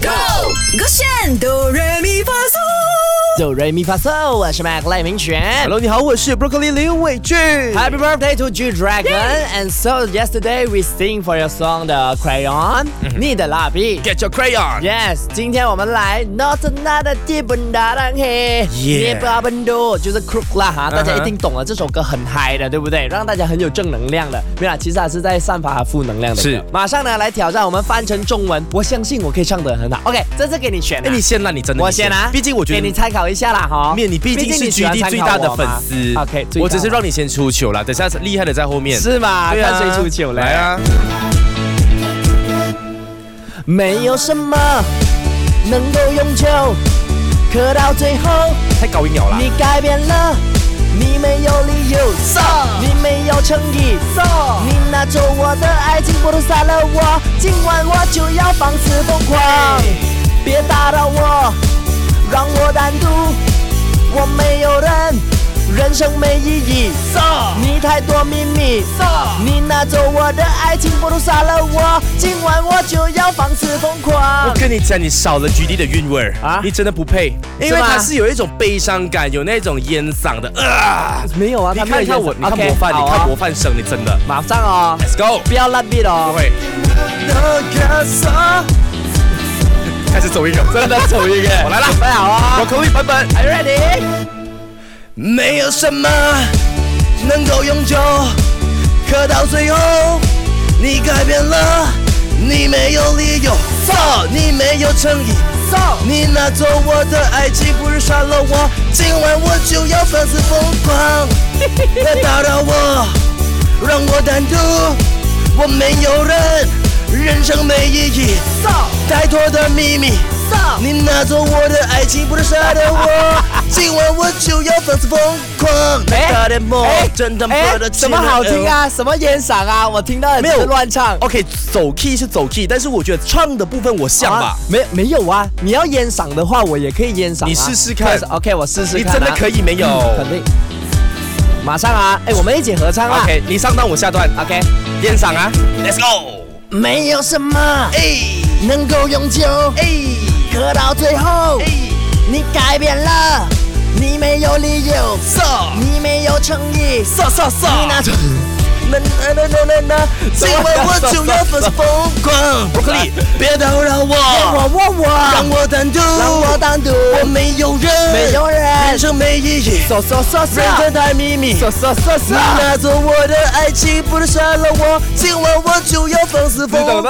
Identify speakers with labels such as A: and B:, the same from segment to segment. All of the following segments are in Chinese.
A: Go！勾选哆来咪发嗦，
B: Do re mi fa so，我是麦克赖明全。
C: Hello，你好，我是 Broccoli 林伟俊。
B: Happy birthday to G Dragon! And so yesterday we sing for your song 的 Crayon，、你
C: 嗯
B: 的蜡笔。
C: Get your crayon。
B: Yes，今天我们来 Not another d i b n d a n g he，
C: Yeah 嗯
B: 不阿本多就是 Crook 啦哈，大家一定懂了，这首歌很嗨的，对不对？让大家很有正能量的，没有啊啦，其实还是在散发负能量的歌。
C: 是
B: 马上呢来挑战我们翻成中文，我相信我可以唱得很好。OK，这次给你选、啊，
C: 哎，你先啦，你真的
B: 我先啊，
C: 毕竟我觉得
B: 给你参考一下啦哈。
C: 面你毕竟是
B: 喜欢
C: GD 最
B: 参考
C: 大的
B: 我
C: 粉
B: 嘛
C: 丝
B: OK，最
C: 我只
B: 大
C: 是让你先出球啦，等下厉害的在后面。
B: 是吗？
C: 对啊，
B: 看谁出糗嘞。
C: 来啊！
B: 没有什么能够永久，可到最后
C: 太高音了啦。
B: 你改变了，你没有理由你没有诚意你拿走我的爱情，剥夺杀了我，今晚我就要放肆疯狂，别打扰我，让我单独，我没有人，人生没意义，你太多秘密，你拿走我的爱情，剥夺杀了我，今晚我就要放肆疯狂
C: 我。跟你讲，你少了 GD 的韵味儿
B: 啊
C: 你真的不配，因为
B: 是吗
C: 它是有一种悲伤感，有那种烟嗓的啊。
B: 没有啊
C: 你看看我，你看模范，
B: 啊
C: 你看模范生，你真的。
B: 马上哦，
C: Let's go。
B: 不要烂币哦
C: 不会。 开始走一个，真的走一个。 我来啦，
B: 准备好啊
C: 我口语版本。
B: Are you ready？
C: 没有什么能够永久，可到最后你改变了，你没有理由，你没有诚意，你拿走我的爱情，不是杀了我，今晚我就要放肆疯狂，别打扰我，让我单独，我没有人，人生没意义，太多的秘密。你拿走我的爱情，不能杀了我。 今晚我就要放肆疯狂。
B: 哎
C: 大的梦
B: 哎，
C: 真的
B: 哎
C: 我的，
B: 什么好听？啊？什么烟嗓啊？我听到
C: 没有哦
B: 你乱唱。
C: OK，走 key 是走 key，但是我觉得唱的部分我像
B: 啊？没没有啊？你要烟嗓的话，我也可以烟嗓啊。
C: 你试试看
B: OK，我试试
C: 你
B: 看啊。
C: 真的可以没有
B: 嗯肯定。马上啊！哎，我们一起合唱啊。
C: ？OK，你上段我下段。
B: OK。
C: 练嗓啊，Let's go。
B: 没有什么
C: 哎
B: 能够永久，
C: 哎
B: 可到最后
C: 哎
B: 你改变了，你没有理由，
C: 哎，so
B: 你没有诚意，
C: so so so。
B: 你拿走。
C: 啊那那那那那那，今晚我就要 放肆疯狂。不可以，别打扰我，
B: 我我我，
C: 让我单独，
B: 让我单独，
C: 我没有人，
B: 没有人
C: 人，生没意义，
B: 说说说说，
C: 人生太 秘密。
B: 说说说说
C: 你。拿走我的爱情，不能杀了我，今晚我就要放肆疯狂。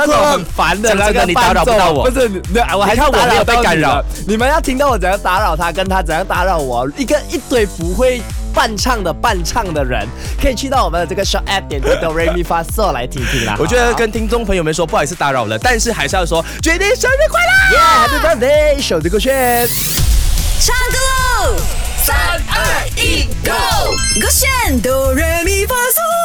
B: 烦
C: 讲真的你打扰不到我
B: 不是，你我还是
C: 看我没有被
B: 打到
C: 干
B: 你了
C: 扰。
B: 你们要听到我怎样打扰他，跟他怎样打扰我。一个一堆不会伴唱的伴唱的人，可以去到我们的这个 s h o p app 点击 Do Re Mi Fa So 来听听啦。
C: 我觉得跟听众朋友们说，不好意思打扰了，但是还是要说，决定生日快乐。
B: Yeah Happy Birthday，手机歌炫。
A: 唱歌喽！三二一，Go！勾选哆来咪发嗦。